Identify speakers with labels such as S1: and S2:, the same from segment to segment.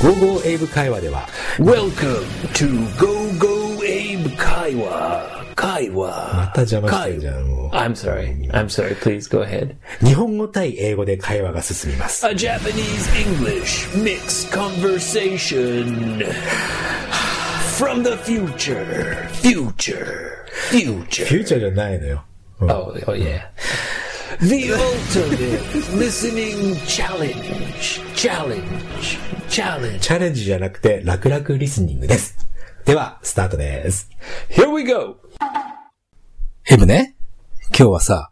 S1: GoGo 英語会話では
S2: Welcome to Go Go Abe Kaiwa. Kaiwa.
S1: また邪魔してるじゃん
S2: Kaiwa.
S1: もう
S2: I'm sorry. I'm sorry. Please go ahead.
S1: 日本語対英語で会話が進みます
S2: A Japanese English mixed conversation from the future. Future. Future.
S1: フューチャーじゃないのよ、うん
S2: Oh, oh yeah. The ultimate listening challenge. Challenge. Challenge.
S1: チャレンジじゃなくて楽々リスニングですではスタートです
S2: Here we go.
S1: ヘブね今日はさ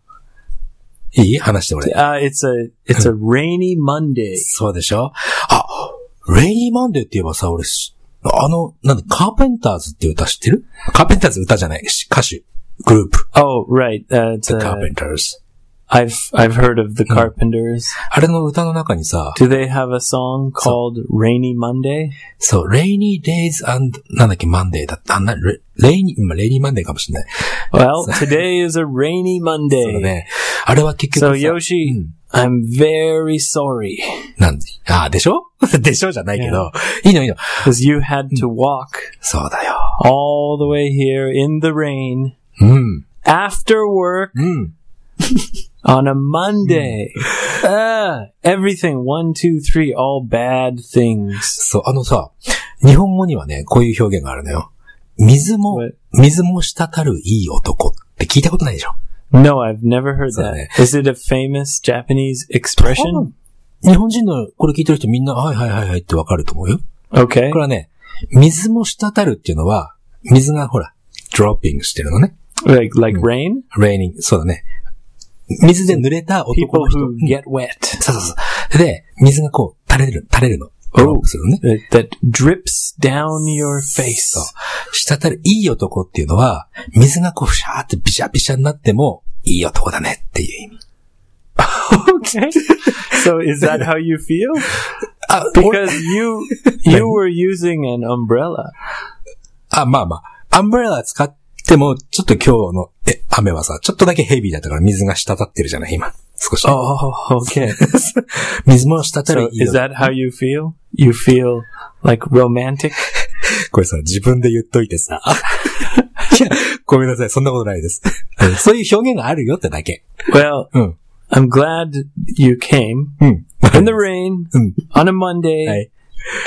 S1: いい話して俺
S2: Uh, it's a it's a rainy Monday.
S1: そうでしょあレイニーマンデーって言えばさ俺しあの、なんだ、カーペンターズって歌知ってるカーペンターズ歌じゃないし、歌手、グループ、
S3: Oh, right. Uh, it's,
S1: The
S3: uh,
S1: Carpenters。
S3: I've I've heard of the Carpenters.
S1: あれの歌の中にさ、
S3: Do they have a song called "Rainy Monday"?
S1: そう、rainy days and, なんだっけ、Monday だった。あんな、レレイニー、まあ、レイニーマンデーかもしれない。
S3: Well, today is a rainy
S1: そうだ
S3: Monday.
S1: ね。あれは結局
S3: So
S1: さ、
S3: Yoshi,
S1: Hmm.
S3: I'm very sorry
S1: なんで、ああ、でしょ でしょじゃないけど、いいのいいの。
S3: because you had to walk
S1: そうだよ。
S3: all the way here in the rain
S1: うん、
S3: after work
S1: うん。
S3: on a Monday. Ah, everything one, two, three, all bad things.
S1: そう、あのさ、日本語にはね、こういう表現があるのよ。水も
S3: はい、
S1: 水も滴るいい男って聞いたことないでしょ
S3: No, I've never heard
S1: So,
S3: that. Is it a famous Japanese expression?
S1: 日本人のこれ聞いてる人みんな、はいはいはいはいってわかると思うよ。
S3: Okay.
S1: これはね、水も滴るっていうのは、水がほら、ドロッピングしてるのね。
S3: Like like rain?
S1: raining, そうだね。水で濡れた男
S3: People
S1: の人。
S3: who get wet.
S1: そうそうそう。で、水がこう、垂れる、垂れるの。ドロップするのね。
S3: That, that drips down your face.
S1: そう。滴るいい男っていうのは、水がこう、ふしゃーってびしゃびしゃになっても、いい男だねっていう意味。
S3: Okay. so is that how you feel?
S1: あ、俺
S3: Because you you were using an umbrella.
S1: あ、まあまあ。アンブレラ使っても、ちょっと今日の、え、雨はさ、ちょっとだけヘビーだったから水が滴ってるじゃない、今。少し。
S3: Oh, okay.
S1: 水も滴る
S3: So
S1: いい
S3: is
S1: 男。
S3: that how you feel? You feel like romantic?
S1: これさ、自分で言っといてさ。 いや、ごめんなさい、そんなことないです。そういう表現があるよってだけ。
S3: Well,
S1: うん。
S3: I'm glad you came
S1: うん。
S3: in the rain
S1: うん。
S3: on a Monday
S1: はい。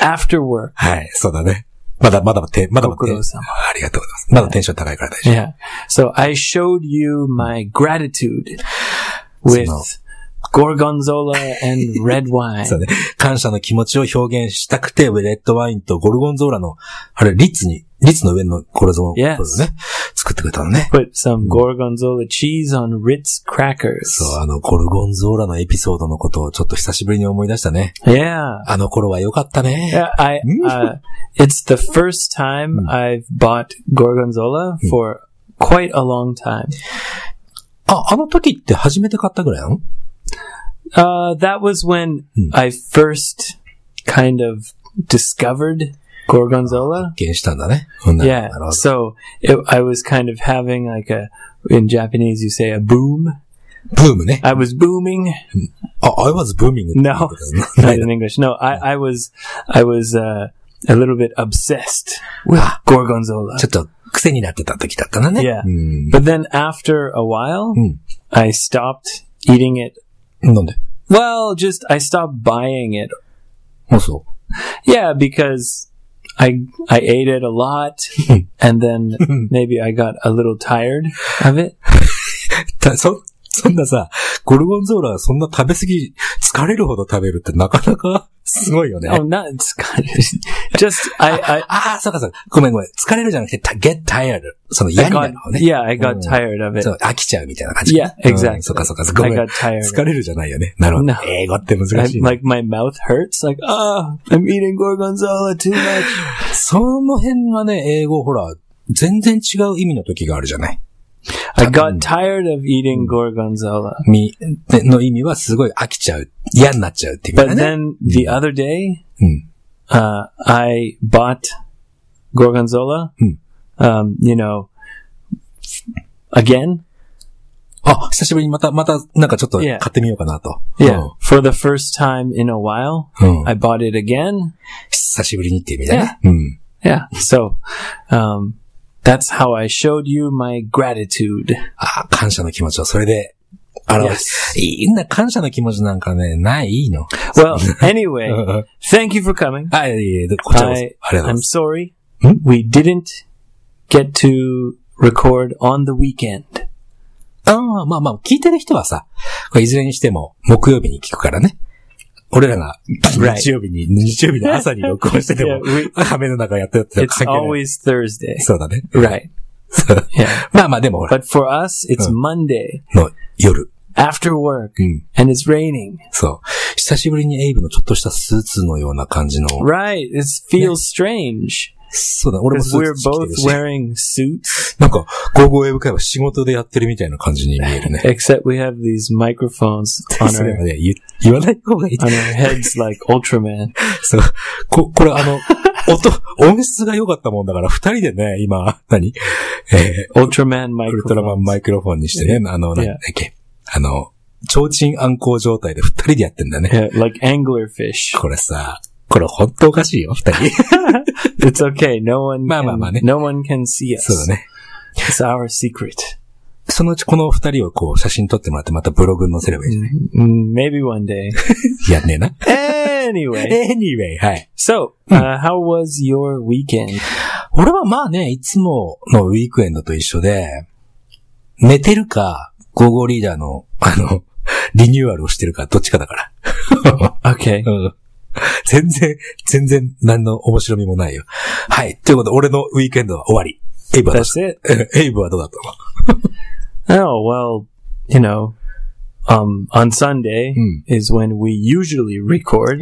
S3: after work.
S1: はい、そうだね。まだまだて、まだまだ
S3: ご苦労様
S1: ありがとうございます。まだテンション高いから大丈
S3: Yeah. So I showed you my gratitude with
S1: So-
S3: gorgonzola and red
S1: 夫。
S3: wine.
S1: そうね。感謝の気持ちを表現したくて、レッドワインとゴルゴンゾーラの、あれ、リッツに、リッツの上のゴルゴンゾー
S3: Yes
S1: ラをね、作ってくれたのね。Mm.
S3: Put some gorgonzola cheese on Ritz crackers.
S1: そう、あの、ゴルゴンゾーラのエピソードのことをちょっと久しぶりに思い出したね。
S3: Yeah.
S1: あの頃は良かったね。
S3: Yeah, I,
S1: Mm.
S3: uh, it's the first time I've bought gorgonzola
S1: Mm.
S3: for quite a long time.
S1: あ、あの時って初めて買ったぐらいなの
S3: Uh, that was when
S1: Mm.
S3: I first kind of discovered gorgonzola.
S1: 発見したんだね。うんなる
S3: Yeah.
S1: ほどなるほど。
S3: So it, I was kind of having like a, in Japanese you say a boom.
S1: ブームね。
S3: I was booming.
S1: あ、I was booming. って言う
S3: No,
S1: ことだな
S3: not in English. No, I, I was, I was, uh, a little bit obsessed
S1: あ
S3: gorgonzola.
S1: ちょっと癖になってた時だったんだね。
S3: Yeah.
S1: うん。
S3: But then after a while,
S1: Mm.
S3: I stopped eating it.
S1: なんで
S3: Well, just, I stopped buying it.
S1: あ、そう。
S3: Yeah, because I, I ate it a lot and then maybe I got a little tired of it.
S1: だ そ、そんなさ、ゴルゴンゾーラそんな食べ過ぎ、疲れるほど食べるってなかなか すごいよね。
S3: Oh, not, it's kind of, just, I, I,
S1: ああ、そうかそうか。ごめんごめん。疲れるじゃなくて、た get tired. その
S3: I
S1: 嫌にな
S3: got,
S1: る方ね。
S3: yeah, I got
S1: Mm.
S3: tired of it.
S1: そう、飽きちゃうみたいな感じ。
S3: Yeah, exactly.
S1: うんそうかそうか。ご
S3: I
S1: めん。
S3: got tired.
S1: 疲れるじゃないよね。なるほど
S3: No.。
S1: 英語って難
S3: I,
S1: しいね。
S3: like my mouth hurts. Like, ah, I'm eating gorgonzola too much.
S1: その辺がね、英語ほら、全然違う意味の時があるじゃない。
S3: I got tired of eating gorgonzola.
S1: み、での意味はすごい飽きちゃう。嫌になっちゃうっていう意
S3: But
S1: 味だね。
S3: then Hmm. the other day,
S1: うん。
S3: uh, I bought gorgonzola.
S1: Hmm.
S3: Um, you know, again.
S1: あ、久しぶりにまた、また、なんかちょっと
S3: Yeah.
S1: 買ってみようかなと。
S3: Yeah. Oh. For the first time in a while,
S1: うん。うん
S3: I bought it again.
S1: 久しぶりにっていう意味だね。うん。
S3: Yeah. So, um, that's how I showed you my gratitude.
S1: あ、感謝の気持ちをそれで表す。いいんな、感謝の気持ちなんかね、ない、いいの。
S3: Well, anyway,
S1: は
S3: thank you for coming.
S1: い、いえいえこちらこそ。あり
S3: I,
S1: がとうござい
S3: I'm
S1: ます。
S3: sorry.
S1: Hmm?
S3: We didn't get to record on the weekend.
S1: ああ、まあまあ、聞いてる人はさ、これいずれにしても、木曜日に聞くからね。俺らが、
S3: Right.
S1: 日曜日に、日曜日の朝に録音してて も、
S3: Yeah, we-
S1: 雨の中やってるって関
S3: it's
S1: 係ない。
S3: always Thursday.
S1: そうだね。
S3: Right. Yeah.
S1: まあまあ、でもほら、
S3: But for us, it's Monday
S1: の夜。
S3: after work
S1: うん。
S3: and it's raining.
S1: そう。久しぶりにエイブのちょっとしたスーツのような感じの。
S3: Right. It feels strange
S1: そうだ、俺も
S3: because
S1: スー
S3: we're
S1: ツ着て
S3: both
S1: るし。
S3: wearing suits,
S1: なんか、ゴーゴーエイブ会は仕事でやってるみたいな感じに見えるね。
S3: except we have these microphones on
S1: それは
S3: our
S1: ね、言言わない方がいい。
S3: on our heads like Ultraman.
S1: そう。こ、これあの、音、音質が良かったもんだから、二人でね、今、何え
S3: Ultraman
S1: ー、ウルトラマン
S3: microphones.
S1: マイクロフォンにしてね、あの、なんだ
S3: Yeah.
S1: っけ、あの、提灯暗光状態で二人でやってんだね。
S3: Yeah, like anglerfish.
S1: これさ、これ本当おかしいよ、二 人。
S3: It's okay. No one.
S1: Ma- ma- ma- ne.
S3: Can, no one can see us.
S1: そうだね。
S3: It's our secret.
S1: そのうちこの二人をこう、写真撮ってもらって、またブログに載せればいいじゃない
S3: Mm, Maybe one day.
S1: やんねえな。
S3: anyway,
S1: anyway, はい。
S3: so
S1: Hmm.
S3: uh, how was your weekend?
S1: 俺はまあね、いつものウィークエンドと一緒で、寝てるか、ゴーゴーリーダーの、あの、リニューアルをしてるか、どっちかだから。
S3: Okay.
S1: うん全然、全然何の面白みもないよ。はい。ということで、俺のウィークエンドは終わり。エイブはどう
S3: That's it.
S1: だエイブはどうだったの
S3: Oh well, you know, um, on Sunday
S1: Hmm.
S3: is when we usually record.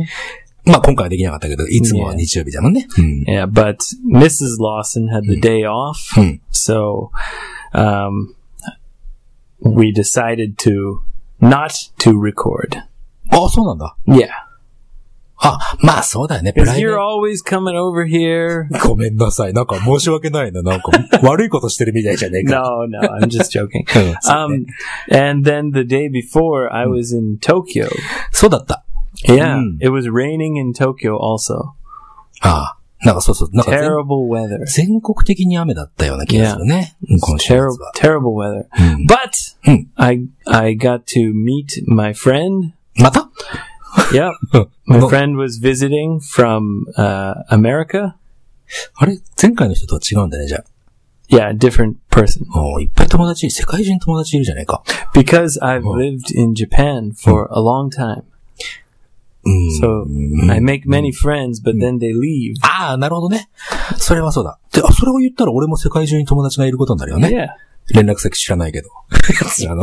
S1: まあ今回はできなかったけど、いつもは日曜日だもんね。うん。
S3: Yeah, but Mrs. Lawson had the day off,
S1: Hmm.
S3: so um, we decided to not to record.
S1: あ、そうなんだ。
S3: Yeah,
S1: あ、まあそうだよね。プ
S3: because
S1: ライベー
S3: you're
S1: ト。
S3: always coming over here.
S1: ごめんなさい。なんか申し訳ないな。なんか悪いことしてるみたいじゃねえか。
S3: No, no, I'm just joking.
S1: うんそうね
S3: Um, and then the day before,
S1: Hmm.
S3: I was in Tokyo.
S1: そうだった。
S3: Yeah,
S1: Hmm.
S3: it was raining in Tokyo. Also,
S1: ああ。なんかそうそう。なんか全
S3: terrible weather.
S1: 全国的に雨だったような気がするね。うん今週末
S3: terrible,
S1: は。
S3: terrible weather.
S1: うん
S3: But
S1: Hmm.
S3: I I got to meet my friend.
S1: また
S3: Yep,
S1: うん
S3: my
S1: の
S3: friend was visiting from uh, America.
S1: あれ前回の人とは違うんだね、じゃあ。
S3: Yeah, different person.
S1: もういっぱい友達、世界中に友達いるじゃないか。
S3: Because I've
S1: Oh.
S3: lived in Japan for
S1: Hmm.
S3: a long time,
S1: うん。
S3: so
S1: うん
S3: I make many friends,
S1: Hmm.
S3: but then they leave.
S1: ああ、なるほどね。それはそうだ。で、あ、それを言ったら俺も世界中に友達がいることになるよね。
S3: Yeah,
S1: 連絡先知らないけど。 あの、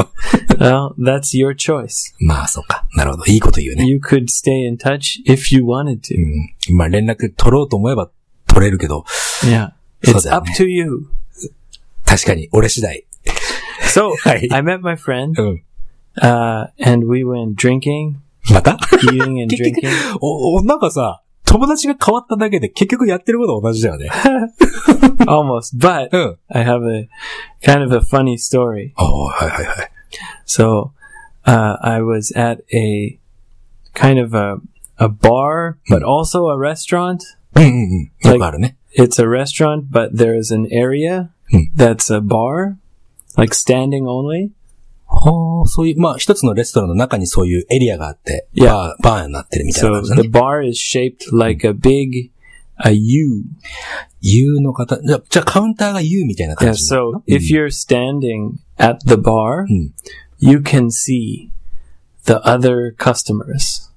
S3: well, that's your choice.
S1: まあ、そうか。なるほど。いいこと言うね。
S3: You could stay in touch if you wanted
S1: う
S3: to.
S1: ん。まあ、連絡取ろうと思えば取れるけど、
S3: Yeah,
S1: So
S3: it's
S1: then,
S3: up to you.
S1: 確かに俺次第。
S3: So
S1: Hey.
S3: I met my friend,
S1: うん。
S3: uh, and we went drinking,
S1: ま た
S3: eating, and
S1: 結
S3: drinking.
S1: 局、お、お、なんかさ、友達が変わっただけで結局やってることは同じだよね。
S3: almost but
S1: うん。
S3: i have a kind of a funny story
S1: ああ、はいはいはい。
S3: so uh, i was at a kind of a, a bar but
S1: Hmm.
S3: also a restaurant
S1: うんうんうん。よくあるね。
S3: it's a restaurant but there's an area
S1: Hmm.
S3: that's a bar like standing only
S1: はあ、そういう、まあ、一つのレストランの中にそういうエリアがあって、
S3: いや
S1: バー、バーになってるみたいな
S3: so
S1: 感じだ
S3: the
S1: ね。
S3: bar is shaped like a big a u
S1: U の方、じゃあ、じゃあカウンターが U みたいな
S3: yeah
S1: 感じなのか
S3: so
S1: な。
S3: if you're standing at the bar
S1: Hmm.
S3: you can see the other customers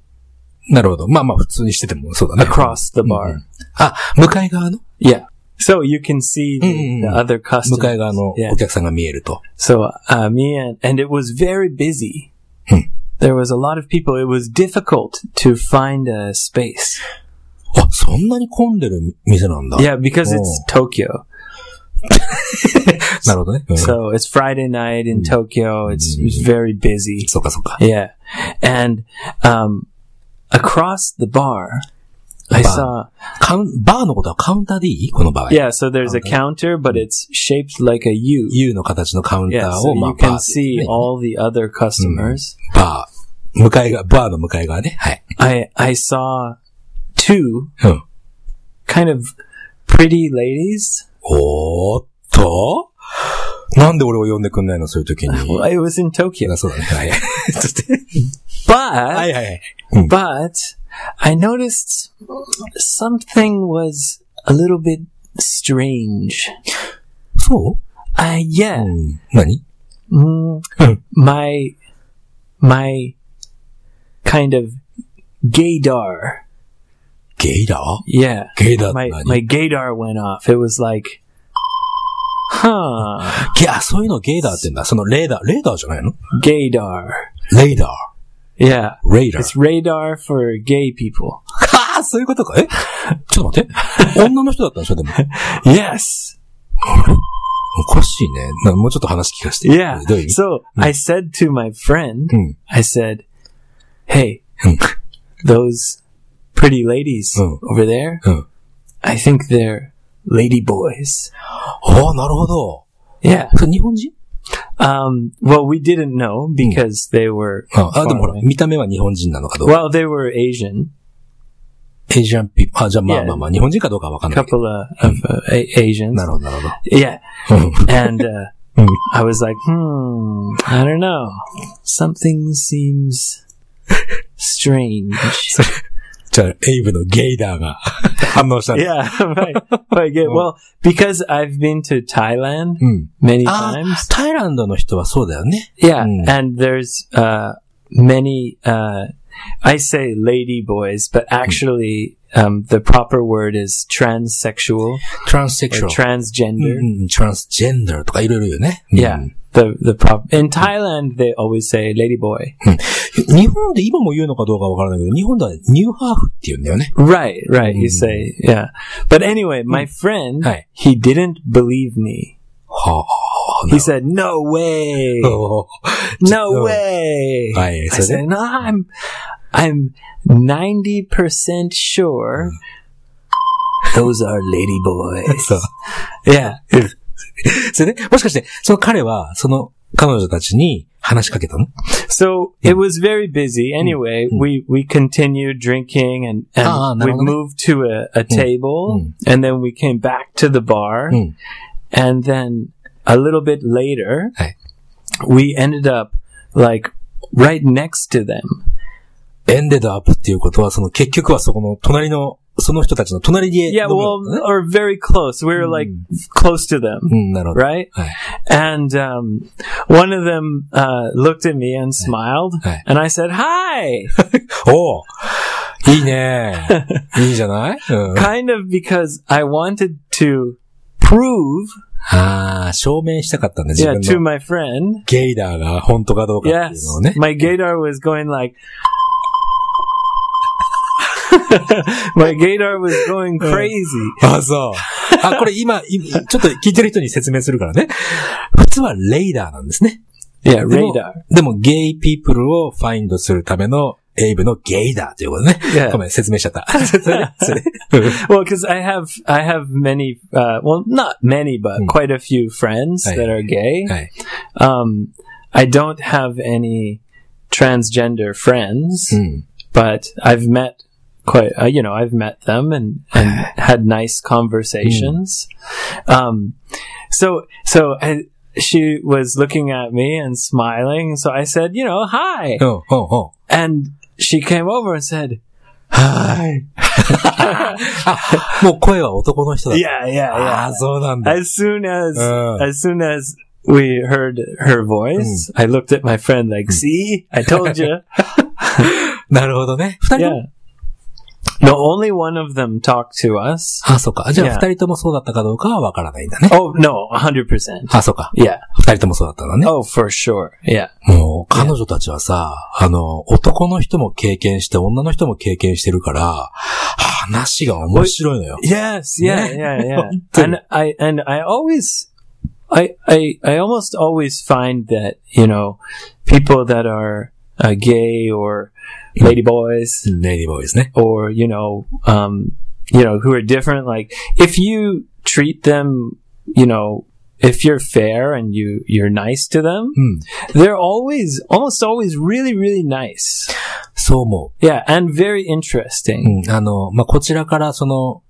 S1: なるほど。まあまあ、普通にしててもそうだね。
S3: across
S1: う
S3: the bar
S1: んあ、向かい側の
S3: Yeah. So you can see the,
S1: Mm, mm,
S3: the
S1: mm.
S3: other
S1: 向かい
S3: customers.
S1: 側のお
S3: Yeah.
S1: 客さんが見えると。
S3: So uh, me and and it was very busy.
S1: Hmm.
S3: There was a lot of people. It was difficult to find a space.
S1: あ、そんなに混んでる店なんだ。
S3: Yeah, because it's
S1: Oh.
S3: Tokyo.
S1: なるほどね。うん
S3: So it's Friday night
S1: Hmm.
S3: in Tokyo. It's, it's very busy.
S1: そうかそうか。
S3: Yeah, and um, across the bar I
S1: Bar.
S3: saw.
S1: カウン、バーのことはカウンターでいいこの場合。
S3: Yeah, so there's a counter,
S1: Hmm.
S3: but it's shaped like a U.
S1: U の形のカウンタ
S3: Yeah,
S1: ー
S3: so
S1: を、まあ、
S3: you
S1: バー
S3: can
S1: ですね
S3: see all the other
S1: Hmm.
S3: customers.
S1: バー。向かいが、バーの向かい側ね。はい。
S3: I I saw two
S1: うん。
S3: kind of pretty ladies.
S1: おーっとなんで俺を呼んでくんないのそういう 時に。
S3: Well, it was in
S1: い
S3: Tokyo,
S1: や、そうだね。 はい。
S3: but
S1: はいはいはい。
S3: but I noticed something was a little bit strange.
S1: そ
S3: Uh,
S1: う
S3: yeah,
S1: うん。何
S3: mm,
S1: Hmm.
S3: my my kind of gaydar.
S1: ゲイだ
S3: Yeah,
S1: ゲイだって
S3: my
S1: 何
S3: my gaydar went off. It was like, huh,
S1: ゲあ、そういうのゲイダーって言うんだ。そのレーダー、レーダーじゃないの
S3: gaydar.
S1: レーダ
S3: Yeah,
S1: ー。レーダー。
S3: it's radar for gay people.
S1: は あ、そういうことか。えちょっと待って。 女の人だったんでしょでも。
S3: Yes,
S1: おかしいね。なんかもうちょっと話聞かせて。
S3: yeah.
S1: どういう意味
S3: So I said to my friend,
S1: うん。
S3: I said, "Hey,
S1: うん。
S3: those pretty ladies
S1: Oh.
S3: over there,
S1: うん。
S3: I think they're lady boys.
S1: ああ、なるほど。
S3: Yeah.
S1: それ日本人
S3: Um, well, we didn't know
S1: Hmm.
S3: because they were.
S1: ああ、でもほら、
S3: foreign.
S1: 見た目は日本人なのかどうか。
S3: Well, they were Asian.
S1: エイジアンピーあ、じゃあまあ
S3: Yeah.
S1: まあまあ、日本人かどうかはわかんないけど。
S3: Couple of, of uh, a- Asians.
S1: なるほど、なるほ
S3: Yeah.
S1: ど。
S3: And uh,
S1: Mm.
S3: I was like, hmm, I don't know. Something seems strange.
S1: じゃあ、エイブのゲイダーが 反応したんだ
S3: yeah, right. Right, good. Well, because I've been to Thailand
S1: うん。
S3: many
S1: あ
S3: times.
S1: タイランドの人はそうだよね。
S3: Yeah,
S1: Mm.
S3: and there's uh, many. Uh, I say lady boys, but actually, um, the proper word is transsexual
S1: トランスセ
S3: or
S1: クション。
S3: transgender.
S1: うん、トランスジェンダーとかいろいろよね。うん
S3: Yeah, the the prop in Thailand they always say lady boy.
S1: 日本で今も言うのかどうかわからないけど、日本ではニューハーフって言うんだよね。
S3: Right, right. You
S1: Mm.
S3: say yeah, but anyway, my friend
S1: Hi.
S3: he didn't believe me.
S1: はあ。
S3: He said, "No way,
S1: おー
S3: no
S1: Oh.
S3: way."
S1: Hi,
S3: I
S1: so then-
S3: said, "No, I'm I'm ninety percent sure." Those are lady boys.
S1: そう。
S3: Yeah.
S1: それで、もしかして、その彼は、その彼女たちに話しかけたの
S3: So it was very busy. Anyway, we, we continued drinking and, and
S1: Ah,
S3: we
S1: なるほどね。
S3: moved to a, a table
S1: Mm.
S3: and then we came back to the bar.
S1: Mm.
S3: And then a little bit later,
S1: はい。
S3: we ended up like right next to them.
S1: エンデドアップっていうことは、その結局はそこの隣の、その人たちの隣で飲む
S3: Yeah,
S1: よ
S3: well,
S1: うなね。
S3: or very close. We were like close to them.
S1: うん、なるほど。
S3: right?
S1: Right.
S3: And um, one of them uh, looked at me and smiled,
S1: Right.
S3: and I said, "Hi,"
S1: おーいいね いいじゃないうん。
S3: kind of because I wanted to prove,
S1: ああ、証明したかったんだ、自
S3: yeah,
S1: 分
S3: to
S1: の。
S3: my friend.
S1: ゲイダーが本当かどうかっていう
S3: Yes,
S1: のをね。
S3: my gaydar was going like. my gaydar was going crazy.
S1: あ、そう。あ、これ今、いちょっと聞いてる人に説明するからね。普通はレイダーなんですね。
S3: Yeah,
S1: でも
S3: radar.
S1: でも、ゲイピープルをファインドするためのエイブのゲイダーということね。
S3: Yeah.
S1: ごめん、説明しちゃ った。そ れねそれねうん
S3: Well, because I have I have many, uh, well, not many, but
S1: Mm.
S3: quite a few friends
S1: Right.
S3: that are gay.
S1: はい。
S3: Um, I don't have any transgender friends,
S1: うん。
S3: but I've met quite, uh, you know, I've met them and, and had nice conversations. Um, so, so I, she was looking at me and smiling. So I said, you know, hi.
S1: うん、うん、うん。
S3: And she came over and said, hi.
S1: あ、もう声は男の人だ。
S3: Yeah, yeah,
S1: あ
S3: yeah.
S1: あ、そうなんだ。
S3: As soon as,
S1: Uh.
S3: as soon as, we heard her voice. I looked at my friend like, see, I told you.
S1: なるほどね。二人とも
S3: yeah. No, only one of them talked to us.
S1: あ、そうか。じゃあ
S3: Yeah.
S1: 二人ともそうだったかどうかはわからないんだね。
S3: Oh, no, 100%.
S1: あ、そうか。
S3: Yeah.
S1: 二人ともそうだったんだね。
S3: Oh, for sure. Yeah.
S1: もう、彼女たちはさ、あの、男の人も経験して、女の人も経験してるから、話が面白いのよ。
S3: Yes. Yeah.
S1: Yeah.
S3: Yeah. Yeah.
S1: Dude.
S3: and I, and I always, I, I, I almost always find that, you know, people that are uh, gay or lady boys
S1: ネイティブボーイですね。
S3: or you know um, you know who are different like if you treat them you know if you're fair and you you're nice to them
S1: うん。
S3: they're always almost always really really nice
S1: そう思う。
S3: yeah and very interesting
S1: うん、あの、まあ、こちらから、その、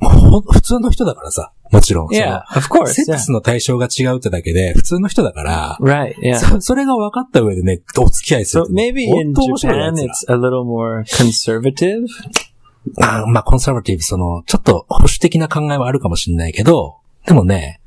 S1: ほ普通の人だからさ、もちろん。その
S3: yeah of course
S1: セ
S3: yeah.
S1: ックスの対象が違うってだけで、普通の人だから、
S3: right yeah
S1: そそれが分かった上でね、お付き合いする
S3: so
S1: ってね。
S3: maybe
S1: 本
S3: in
S1: 当面白い
S3: Japan
S1: や
S3: it's a little more conservative
S1: つらあまあ、コンサバティブ、その、ちょっと保守的な考えはあるかもしれないけど、でもね、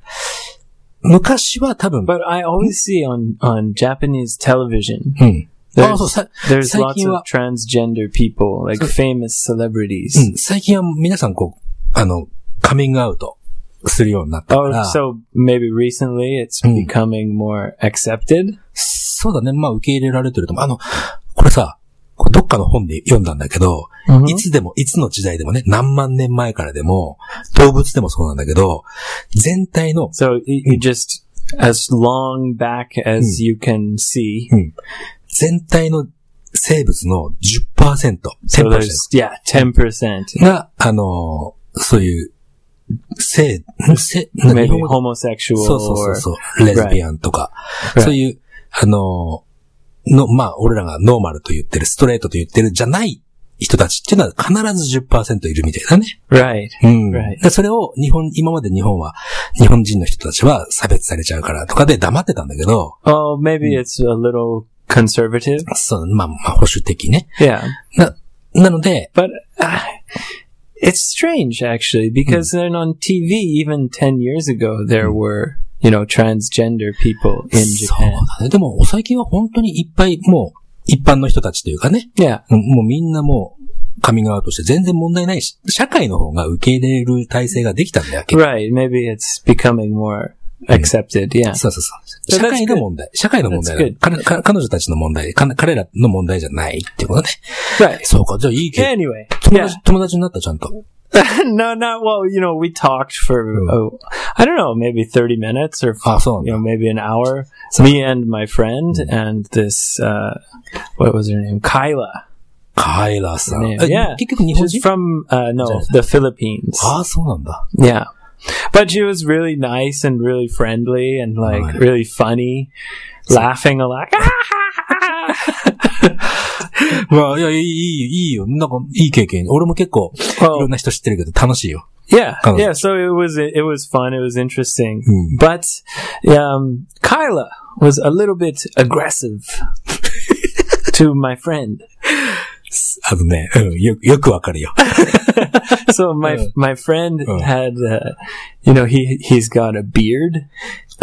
S1: 昔は多分、
S3: but I always see on on Japanese television
S1: うん。
S3: there's-
S1: あそうさ
S3: There's
S1: Psyche
S3: lots of
S1: wa-
S3: transgender people, like famous celebrities.
S1: うん、最近は皆さんこう、あの、カミングアウトするようになったか
S3: Oh,
S1: ら、
S3: so maybe recently it's
S1: Mm.
S3: becoming more accepted.
S1: そうだね。まあ、受け入れられてると思う。あの、これさ、これどっかの本で読んだんだけど、いつでも、いつの時代でもね、何万年前からでも、動物でもそうなんだけど、全体の、
S3: So y- you just as long back as you can see.
S1: 全体の生物の10%、
S3: So
S1: 10%
S3: there's yeah, ten percent.
S1: が、あのーそういう、性、性、な
S3: Maybe
S1: 日本語で
S3: homosexual
S1: そうそうそう
S3: or
S1: そう、レズビアンとか、
S3: Right.
S1: そういう、あのーの、まあ、俺らがノーマルと言ってる、ストレートと言ってるじゃない人たちっていうのは必ず10%いるみたいだね。
S3: right.
S1: うん。
S3: Right.
S1: でそれを日本、今まで日本は、日本人の人たちは差別されちゃうからとかで黙ってたんだけど、
S3: Oh, maybe it's a little conservative.
S1: そう、まあ、まあ、保守的ね。
S3: Yeah,
S1: な、なので、
S3: but. Uh, it's strange actually because then on TV even 10 years ago there were you know transgender people in
S1: そう
S3: Japan
S1: だね。でも、最近は本当にいっぱい、もう、一般の人たちというかね、
S3: Yeah.
S1: うんもうみんなもう、カミングアウトして全然問題ないし、社会の方が受け入れる体制ができたんだよ、結局
S3: Right. Maybe it's becoming more accepted. Yeah.
S1: そうそうそう。
S3: So
S1: 社会の問題。社会の問題だ
S3: That's good.
S1: 彼彼彼女たちの問題彼。彼らの問題じゃないってことね。
S3: Right.
S1: そうか、じゃあいいけど、
S3: Anyway.
S1: 友
S3: Yeah.
S1: 達、友達になった、ちゃんと。
S3: no, not well, you know, we talked for,
S1: Mm.
S3: oh, I don't know, maybe 30 minutes or,
S1: あ、そうなんだ
S3: you know, maybe an hour. Me and my friend and this, uh, what was her name? Kyla.
S1: カイラさん。
S3: ね
S1: え
S3: Yeah.
S1: 結局日本
S3: She's
S1: 人
S3: from, uh, no, the Philippines.
S1: ああ、そうなんだ。
S3: Yeah. But she was really nice and really friendly and like
S1: Right.
S3: really funny, laughing a lot.
S1: まあ、いや、いい、いい、いいよ。なんか、いい経験。俺も結構、い
S3: Well,
S1: ろんな人知ってるけど、楽しいよ。
S3: Yeah,
S1: Kind of-
S3: yeah. So it was it was fun. It was interesting.
S1: Oh. Hmm.
S3: But um, Kyla was a little bit aggressive to my friend.
S1: あのね、うん、よ、よくわかるよ。
S3: So my my friend
S1: Oh.
S3: had, uh, you know, he he's got a beard.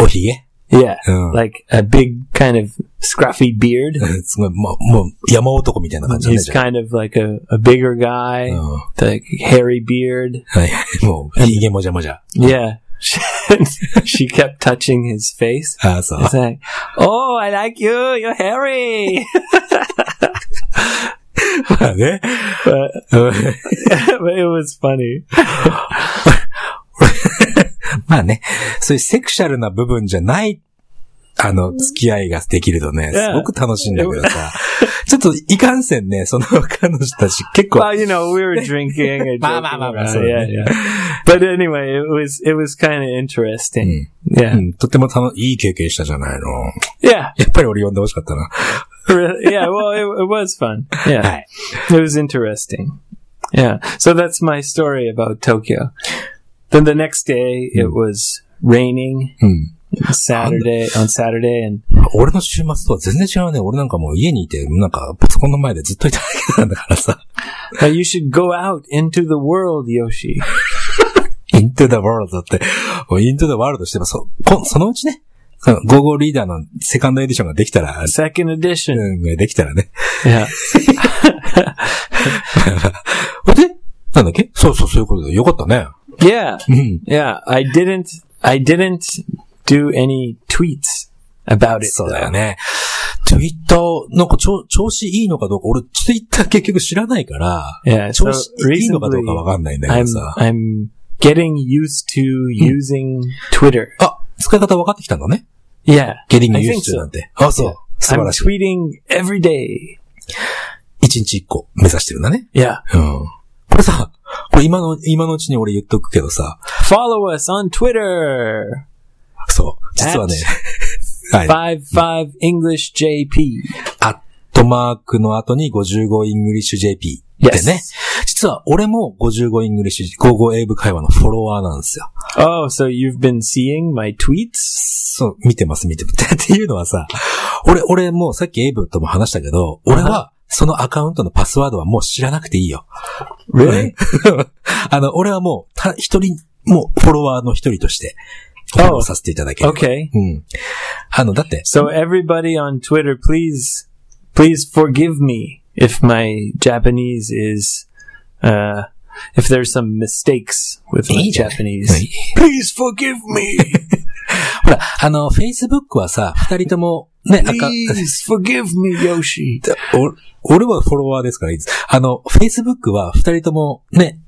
S1: おひげ
S3: Yeah,
S1: Oh.
S3: like a big kind of scruffy beard.
S1: うんすごい、もう、もう、山男みたいな感じだね
S3: He's
S1: じゃあ
S3: kind of like a, a bigger guy,
S1: うん。は
S3: like hairy beard.
S1: い。 もう、ひげもじゃもじゃ。
S3: Yeah. she kept touching his face.
S1: ああ、そう。
S3: It's like, oh, I like you. You're hairy.
S1: まあね。
S3: but,
S1: うん
S3: but it was funny.
S1: まあね、そういうセクシャルな部分じゃない、あの、付き合いができるとね、
S3: Yeah.
S1: すごく楽しいんだけどさ。ちょっと、いかんせんね、その彼女たち結構
S3: Well, you know, we were drinking. And
S1: Bah, bah,
S3: joking
S1: bah, bah,
S3: around.
S1: sorry.
S3: yeah, yeah. But anyway, it was it was kind of interesting. Yeah,
S1: うん、とても楽、いい経験したじゃないの。
S3: yeah,
S1: やっぱり俺呼んでほしかったな。
S3: Really- yeah. Well, it, it was fun. Yeah,
S1: Hi.
S3: it was interesting. Yeah. So that's my story about Tokyo. Then the next day, it was raining.
S1: うん。
S3: Saturday on Saturday, and
S1: 俺の週末とは全然違うね。俺なんかもう家にいて、なんかパソコンの前でずっといただけなんだからさ。
S3: now uh, you should go out into the world, Yoshi.
S1: into the world だって、もう into the world しても、そ、こそのうちね、そのゴーゴーリーダーのセカンドエディションができたら、
S3: Second edition.
S1: うん、できたらね。
S3: Yeah.
S1: で、なんだっけそうそう、そういうことでよかったね。
S3: Yeah.
S1: うん。
S3: Yeah, I didn't. I didn't do any tweets about it.
S1: そうだよね。ツイッター、なんかちょ調子いいのかどうか、俺ツイッター結局知らないから、
S3: Yeah,
S1: 調
S3: so
S1: 子いいのかど
S3: recently
S1: うかわかんないんだけ
S3: I'm
S1: どさ。
S3: I'm getting used to using Twitter.
S1: あ、使い方分かってきたんだね。
S3: Yeah,
S1: ゲリング
S3: I
S1: ユー
S3: think
S1: ス
S3: so.
S1: なんて。あ、そう。素晴
S3: I'm
S1: らしい。
S3: tweeting every day.
S1: 一日一個目指してるんだね。
S3: Yeah.
S1: うん。これさ、これ今の、今のうちに俺言っとくけどさ、
S3: Follow us on Twitter.
S1: そう。実 はね、はい。
S3: 55 English JP.
S1: アットマークの後に55イングリッシュ JP ってね。実は俺も55イングリッシュ、55英語会話のフォロワーなんですよ。
S3: Oh, so you've been seeing my tweets?
S1: そう、見てます、見てます。 っていうのはさ、俺、俺もうさっきエイブとも話したけど、俺はそのアカウントのパスワードはもう知らなくていいよ。
S3: Really?
S1: あの、俺はもう、た、一人、もうフォロワーの一人として、フォローさせていただける。
S3: Okay.
S1: うん。あの、だって、
S3: So everybody on Twitter, please, please forgive me if my Japanese is, uh, if there's some mistakes with my
S1: いいじゃない
S3: Japanese.
S1: Please forgive me! ほら、あの、Facebook はさ、二人とも、ね、あか
S2: Please forgive me, Yoshi.
S1: お俺はフォロワーですからいいです。あの、Facebook は二人ともね、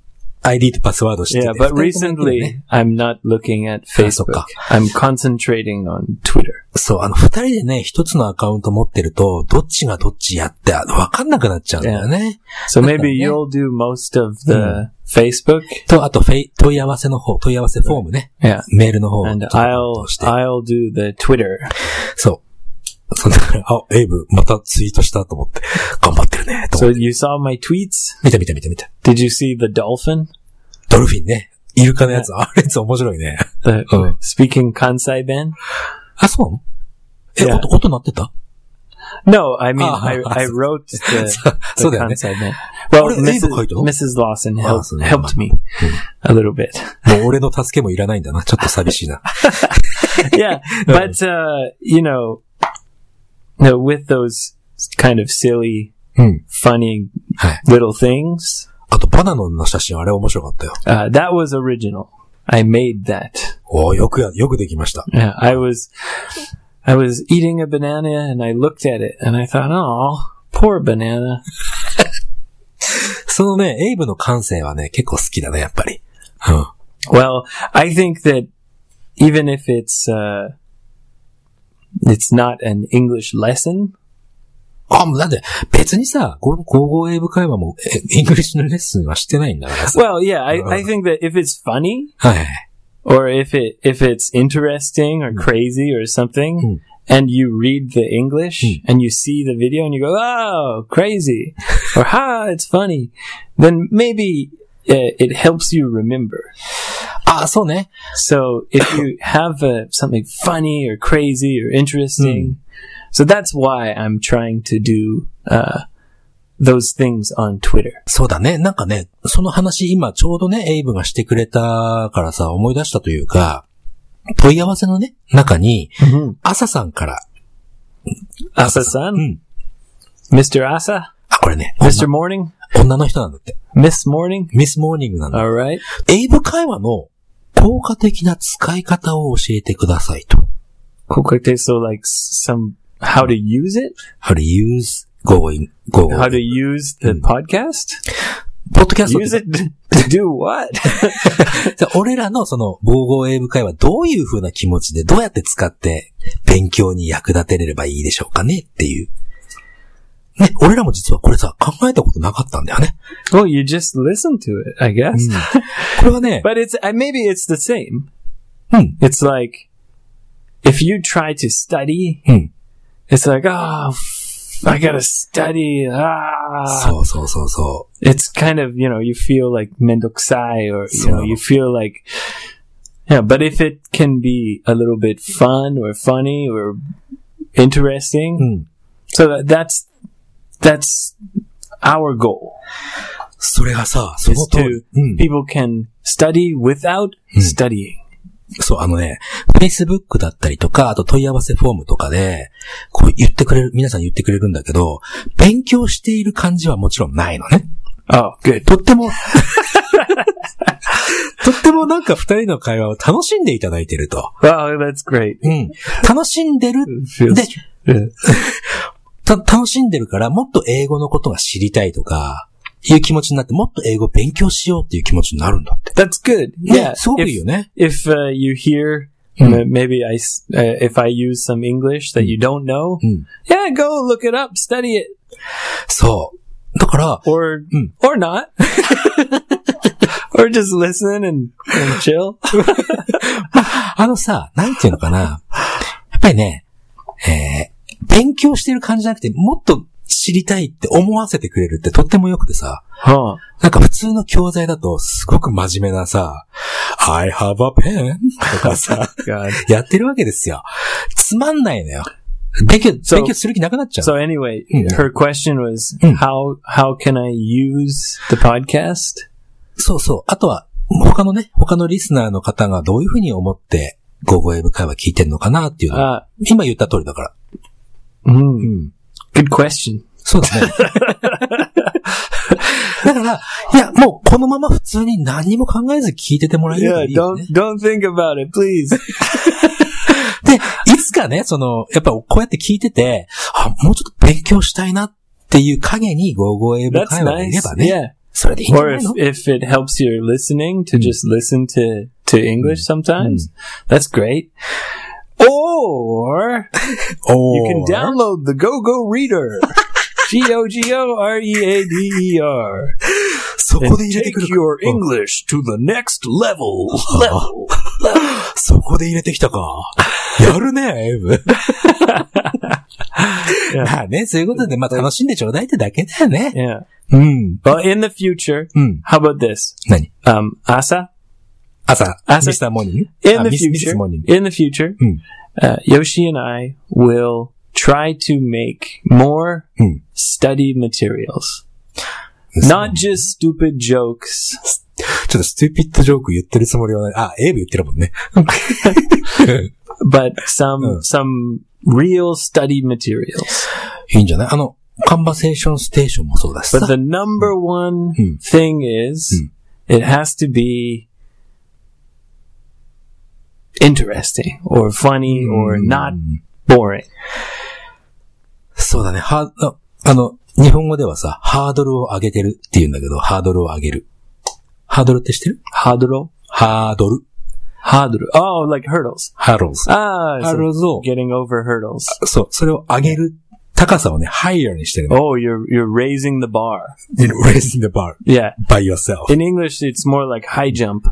S1: ID とパスワードしてて
S3: Yeah, but
S1: 二人ともやってるよね
S3: recently I'm not looking at
S1: あ、そっか。
S3: Facebook. I'm concentrating on Twitter.
S1: そう、あの、二人でね、一つのアカウント持ってると、どっちがどっちやって、あのわかんなくなっちゃうんだよね。
S3: So maybe
S1: だからね。
S3: you'll do most of the Facebook.
S1: と、あと、フェイ、問い合わせの方、問い合わせフォームね。
S3: Yeah.
S1: メールの方を
S3: And
S1: ちょっと担
S3: I'll
S1: 当して。
S3: I'll do the Twitter.
S1: そう。そんなから、あ、エイブ、またツイートしたと思って、頑張ってるね、と思
S3: So
S1: って。
S3: you saw my tweets?
S1: 見た見た見た見た。
S3: Did you see the dolphin?
S1: ドルフィンね。イルカのやつ、あれやつ面白いね。
S3: The
S1: うん。
S3: speaking Kansai Ben?
S1: あ、そうえ、
S3: Yeah.
S1: 音、音鳴ってた
S3: No, I mean
S1: Ah,
S3: I, I
S1: awesome.
S3: wrote the,
S1: そ
S3: the
S1: そうだよね。
S3: Kansai Ben. Well,
S1: これ、
S3: Mrs.
S1: 英語書いたの？
S3: Mrs. Lawson helped,
S1: そうだよね。
S3: helped me
S1: Hmm.
S3: a little bit.
S1: もう俺の助けもいらないんだな。ちょっと寂しい な。
S3: yeah, but uh, you know, no, with those kind of silly,
S1: うん。
S3: funny
S1: Hi.
S3: little things,
S1: あと、バナナの写真、あれ面白かったよ。
S3: uh, that was original. I made that.
S1: おーよくや、よくできました。
S3: Yeah, I was, I was eating a banana and I looked at it and I thought, oh, poor banana.
S1: そのね、エイブの感性はね、結構好きだね、やっぱり。うん。
S3: Well, I think that even if it's uh, it's not an English lesson,
S1: あ、もうだって、別にさ、この高校英語会話も、えイングリッシュのレッスンはしてないんだからさ。
S3: well, yeah, I, I think that if it's funny,
S1: はいはいはい。
S3: or if it if it's interesting or crazy or something
S1: Mm.
S3: and you read the english and you see the video and you go oh crazy or ha it's funny then maybe uh, it helps you remember
S1: あ、そうね。
S3: so if you have uh, something funny or crazy or interesting so that's why i'm trying to do uh, those things on twitter
S1: そうだね。なんかね、その話今ちょうどね、エイブがしてくれたからさ、思い出したというか、問い合わせのね、中に、朝さんから、
S3: asa-san
S1: Mm.
S3: mr asa
S1: あ、これね、
S3: mr morning
S1: 女女の人なんだって。
S3: miss morning
S1: ミスモーニングなんだ。
S3: all right
S1: エイブ会話の効果的な使い方を教えてくださいと。
S3: Kokete, so like s- some how to use it,
S1: How to use going, go.
S3: how to use the podcast,
S1: ポッドキャストって
S3: use it to to do what?
S1: じゃあ俺らのその、合合英語会はどういう風な気持ちで、どうやって使って、勉強に役立てれればいいでしょうかねっていう。ね、俺らも実はこれさ、考えたことなかったんだよね。
S3: well, you just listen to it, I guess.
S1: これはね、
S3: But it's uh, maybe it's the same.
S1: Hmm.
S3: It's like if you try to study,
S1: Hmm.
S3: it's like oh, f- I gotta study. Ah,
S1: そうそうそうそ
S3: it's kind of you know you feel like mendokusai, or you know
S1: So-
S3: you feel like. Yeah, but if it can be a little bit fun or funny
S1: う。
S3: or
S1: う
S3: interesting,
S1: ん。
S3: so that, that's that's our goal.
S1: それがさ、その
S3: Is
S1: 通り
S3: to。
S1: うん。
S3: people can study without
S1: Hmm.
S3: studying.
S1: そう、あのね、Facebook だったりとか、あと問い合わせフォームとかで、こう言ってくれる、皆さん言ってくれるんだけど、勉強している感じはもちろんないのね。
S3: Oh, good.
S1: とっても、とってもなんか二人の会話を楽しんでいただいてると。
S3: Wow, that's great.
S1: うん。楽しんでる。で
S3: Feels-、
S1: た楽しんでるから、もっと英語のことが知りたいとか、いう気持ちになって、もっと英語勉強しようっていう気持ちになるんだって。
S3: That's good.
S1: ね
S3: Yeah.
S1: すごくいい
S3: If,
S1: よね。
S3: if uh, you hear
S1: Mm.
S3: M- Maybe I, s- uh, if I use some English that you don't know,
S1: うん。
S3: yeah, go look it up, study it,
S1: そう。だから、
S3: or
S1: Mm.
S3: or not, or just listen and, and chill.
S1: あのさ、なんていうのかな。やっぱりね、えー、勉強してる感じじゃなくて、もっと知りたいって思わせてくれるってとっても良くてさ、
S3: Huh.
S1: なんか普通の教材だとすごく真面目なさ、I have a pen とかさ、
S3: God.
S1: やってるわけですよ。つまんないのよ。勉強、
S3: そう
S1: 勉強する気なくなっちゃう。
S3: So anyway,
S1: Yeah.
S3: her question was
S1: Mm.
S3: how how can I use the podcast?
S1: そうそう。あとは、他のね、他のリスナーの方がどういうふうに思って、ゴーゴーエブ会話聞いてんのかなっていうのは、
S3: Uh,
S1: 今言った通りだから。
S3: mm,
S1: うん。
S3: good question.
S1: そうだ ね。だから、いや、もうこのまま普通に何も考えず聞いててもらえると
S3: Yeah,
S1: いいよ
S3: don't
S1: ね。
S3: don't think about it, please.
S1: で、いつかね、その、やっぱこうやって聞いてて、あ、もうちょっと勉強したいなっていう影にゴーゴーエブ
S3: That's
S1: 会話がい
S3: nice.
S1: ればね、
S3: Yeah.
S1: それ でいいんじゃ
S3: Or
S1: な
S3: if
S1: いの
S3: if it helps your listening to just listen to to English sometimes, that's great. Or you can download the GoGo Reader. G O G O R E A D E R.
S1: そこで
S3: And
S1: 入れて
S3: take
S1: くるか
S3: your English to the next level. level.
S1: そこで入れてき たか。やるね、エイブ。まあね、そういうことで、まあ楽しんでちょうだいってだけだよね。
S3: Yeah.
S1: うん。
S3: Well, in the future,
S1: うん。
S3: how about this?
S1: 何
S3: Um, Asa,
S1: 朝、
S3: 朝
S1: ミスターモーニング
S3: in
S1: あ
S3: the
S1: ミスミス
S3: future,
S1: モーニング。
S3: in the future,
S1: Hmm.
S3: uh, Yoshi and I will try to make more
S1: Hmm.
S3: study materials.
S1: そう
S3: Not just stupid jokes.
S1: ちょっとステューピッドジョーク言ってるつもりはない。あ、エイブ言ってるもん ね。
S3: but some
S1: Uh.
S3: some real study materials.
S1: いいんじゃないあの、カンバセーションステーションもそうだしさ
S3: But。the number one
S1: Hmm.
S3: thing is it has to be interesting or funny or not
S1: Hmm.
S3: boring.
S1: そうだね。ハード、あの、日本語ではさ、ハードルを上げてるって言うんだけど、ハードルを上げる。ハードルって知ってる
S3: Hadro.
S1: ハードル。
S3: Hadro. Oh, like hurdles.
S1: ハードルズ。
S3: Ah,
S1: ハード
S3: so
S1: ルズを
S3: getting over hurdles.
S1: そう、それを上げる高さをね、ハイヤーにしてるの。
S3: Oh, you're you're raising the bar.
S1: raising the bar
S3: Yeah.
S1: by yourself.
S3: In English, it's more like high jump.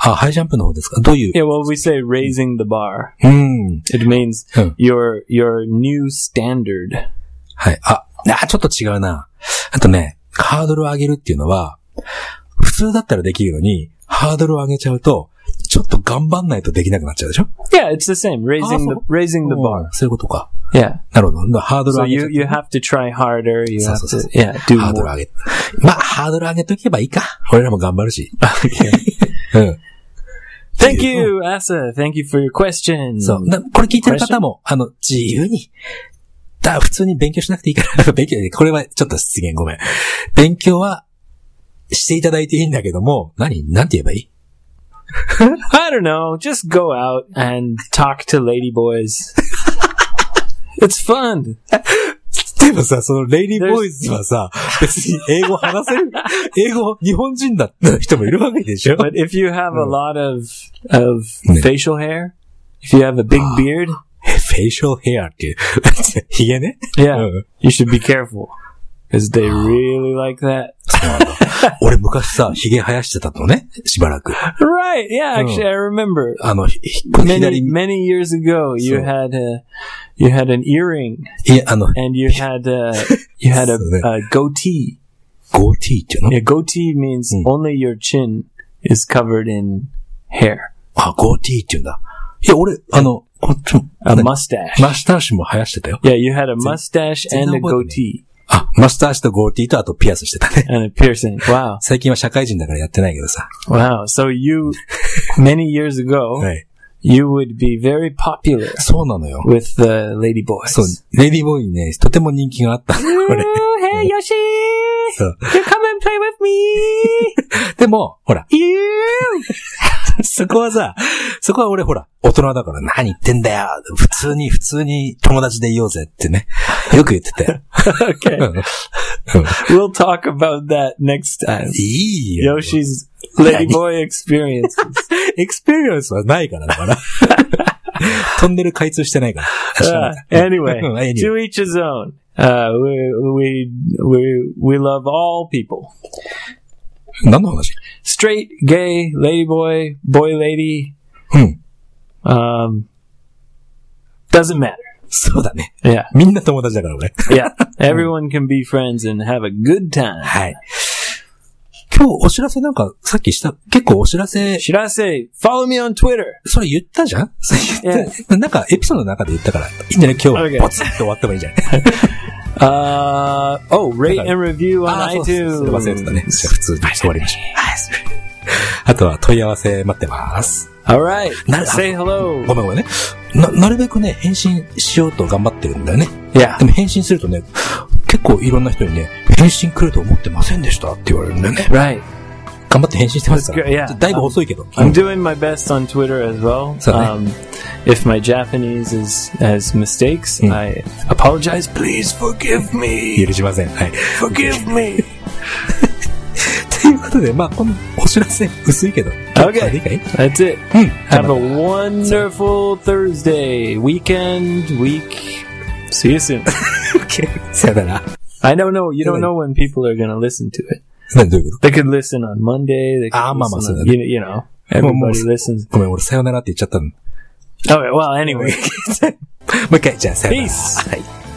S1: あ、ハイジャンプの方ですかどういう
S3: Yeah, well, we say raising the bar.
S1: うん。
S3: It means
S1: Hmm.
S3: your your new standard.
S1: はい。あ、あちょっと違うな。あとね、ハードルを上げるっていうのは、普通だったらできるのに、ハードルを上げちゃうと、ちょっと頑張んないとできなくなっちゃうでしょ
S3: Yeah, it's the same. Raising the
S1: Awesome.
S3: raising the bar.
S1: そういうことか。
S3: Yeah.
S1: なるほど。ハードル
S3: So
S1: を上げちゃ
S3: you
S1: う
S3: you have to try harder. You
S1: So-
S3: have
S1: so-
S3: to
S1: so-
S3: yeah do
S1: ハード
S3: more.
S1: ルを上げ。まあ、ハードル上げとけばいいか。俺らも頑張る し。うん。
S3: Thank you, Asa. Thank you for your question.
S1: そう。なこれ聞いてる方も、あの、自由に。だ、普通に勉強しなくていいから。勉強、これはちょっと失言ごめん。勉強は、していただいていいんだけども、何なんて言えばいい
S3: I don't know. Just go out and talk to ladyboys. it's fun.
S1: でもさ、そのレイリーボーイズは さ、別に英語話せる、英語、日本人だって人もいるわけでしょ
S3: But if you have a lot of of
S1: Yeah.
S3: facial hair, if you have a big beard,
S1: フェイシャルヘアっていう。 ヒゲね。
S3: yeah,
S1: Yeah.
S3: you should be careful because they really like that.
S1: 俺昔さ、ヒゲ生やしてたのね。しばらく。
S3: Right? Yeah.
S1: Oh.
S3: Actually, I remember
S1: あの、ひひ
S3: many
S1: 左、
S3: many years ago you
S1: So-
S3: had a you had an earring
S1: いや、あの、
S3: and you had a you had a,
S1: So-
S3: a goatee.
S1: ゴーティーっていうの
S3: A goatee means
S1: Mm.
S3: only your chin is covered in hair.
S1: あ、ゴーティーって言うんだ。いや、俺、あの、こっちも、
S3: A
S1: 何
S3: mustache.
S1: マスターシュも生やしてたよ。
S3: yeah, you had a mustache and
S1: Zenobot,
S3: a
S1: man.
S3: goatee
S1: あ、マスターシュとゴーティーとあとピアスしてたね。
S3: and a piercing. Wow,
S1: 最近は社会人だからやってないけどさ。
S3: wow. So you many years ago
S1: はい。
S3: you would be very popular
S1: そうなのよ。
S3: with the lady boys.
S1: そう、レディーボーイにね、とても人気があ った。俺。
S3: Ooh, hey Yoshi,
S1: そう。
S3: you come and play with me.
S1: でも、ほら、
S3: You.
S1: そこはさ、そこは俺ほら、大人だから何言ってんだよ普通に、普通に友達でいようぜってね。よく言ってた よ。
S3: Okay,
S1: うん
S3: we'll talk about that next time.
S1: いいよ。
S3: Yoshi's Lady boy experiences.
S1: エクスペリエンスはないからだから。 トンネル開通してないから。
S3: Uh,
S1: うん
S3: anyway,
S1: anyway.
S3: to each his own. Uh, we, we, we, we love all people.
S1: 何の話
S3: Straight, gay, lady boy, boy lady,
S1: うん。Hmm.
S3: um, doesn't matter.
S1: そうだね。
S3: Yeah.
S1: みんな友達だから俺。
S3: Yeah. Everyone can be friends and have a good time.
S1: はい。今日お知らせなんかさっきした、結構お知らせ、
S3: Should I say, follow me on Twitter?
S1: それ言ったじゃんそれ言ったなんかエピソードの中で言ったから、いいんじゃない今日
S3: Okay.
S1: はポツッと終わってもいい んじゃない
S3: Uh, oh, rate
S1: Okay. Ah,
S3: and review
S1: あ
S3: on
S1: ーそうそうそうそれ忘れてたね。じゃあ
S3: iTunes.
S1: 普通に終わりましょう。あとは問い合わせ待ってます。
S3: All right.
S1: Not-
S3: Say hello.
S1: ごめんごめんね。な、なるべくね、返信しようと頑張ってるんだよね。
S3: Yeah.
S1: でも返信するとね、結構いろんな人にね、返信来ると思ってませんでしたって言われるんだよね。
S3: Right.
S1: 頑張って返信してますか
S3: That's good,
S1: ら。
S3: yeah.
S1: だいぶ遅いけど。
S3: I'm doing my best on Twitter as well.
S1: So-
S3: Um, if my Japanese is has mistakes,
S1: Mm.
S3: I apologize.
S2: Please forgive me.
S1: 許しません。はい。
S2: Forgive me.
S1: ということで、まあ、このお知らせ薄いけど。
S3: Okay.
S1: 理解
S3: That's it.
S1: うん。
S3: Have a wonderful Thursday, weekend, week. See you soon.
S1: さよなら。
S3: I don't know. You don't
S1: Really?
S3: know when people are going to listen to it.
S1: 何どういうこ
S3: They could listen on Monday. They could
S1: Ah, mama
S3: listen on,
S1: said that.
S3: you, you know, everybody listens.
S1: とごめん、俺さよならって言っちゃったの。も
S3: All right. Well,
S1: う
S3: anyway,
S1: 一回、じゃあさよなら。
S3: peace.
S1: はい。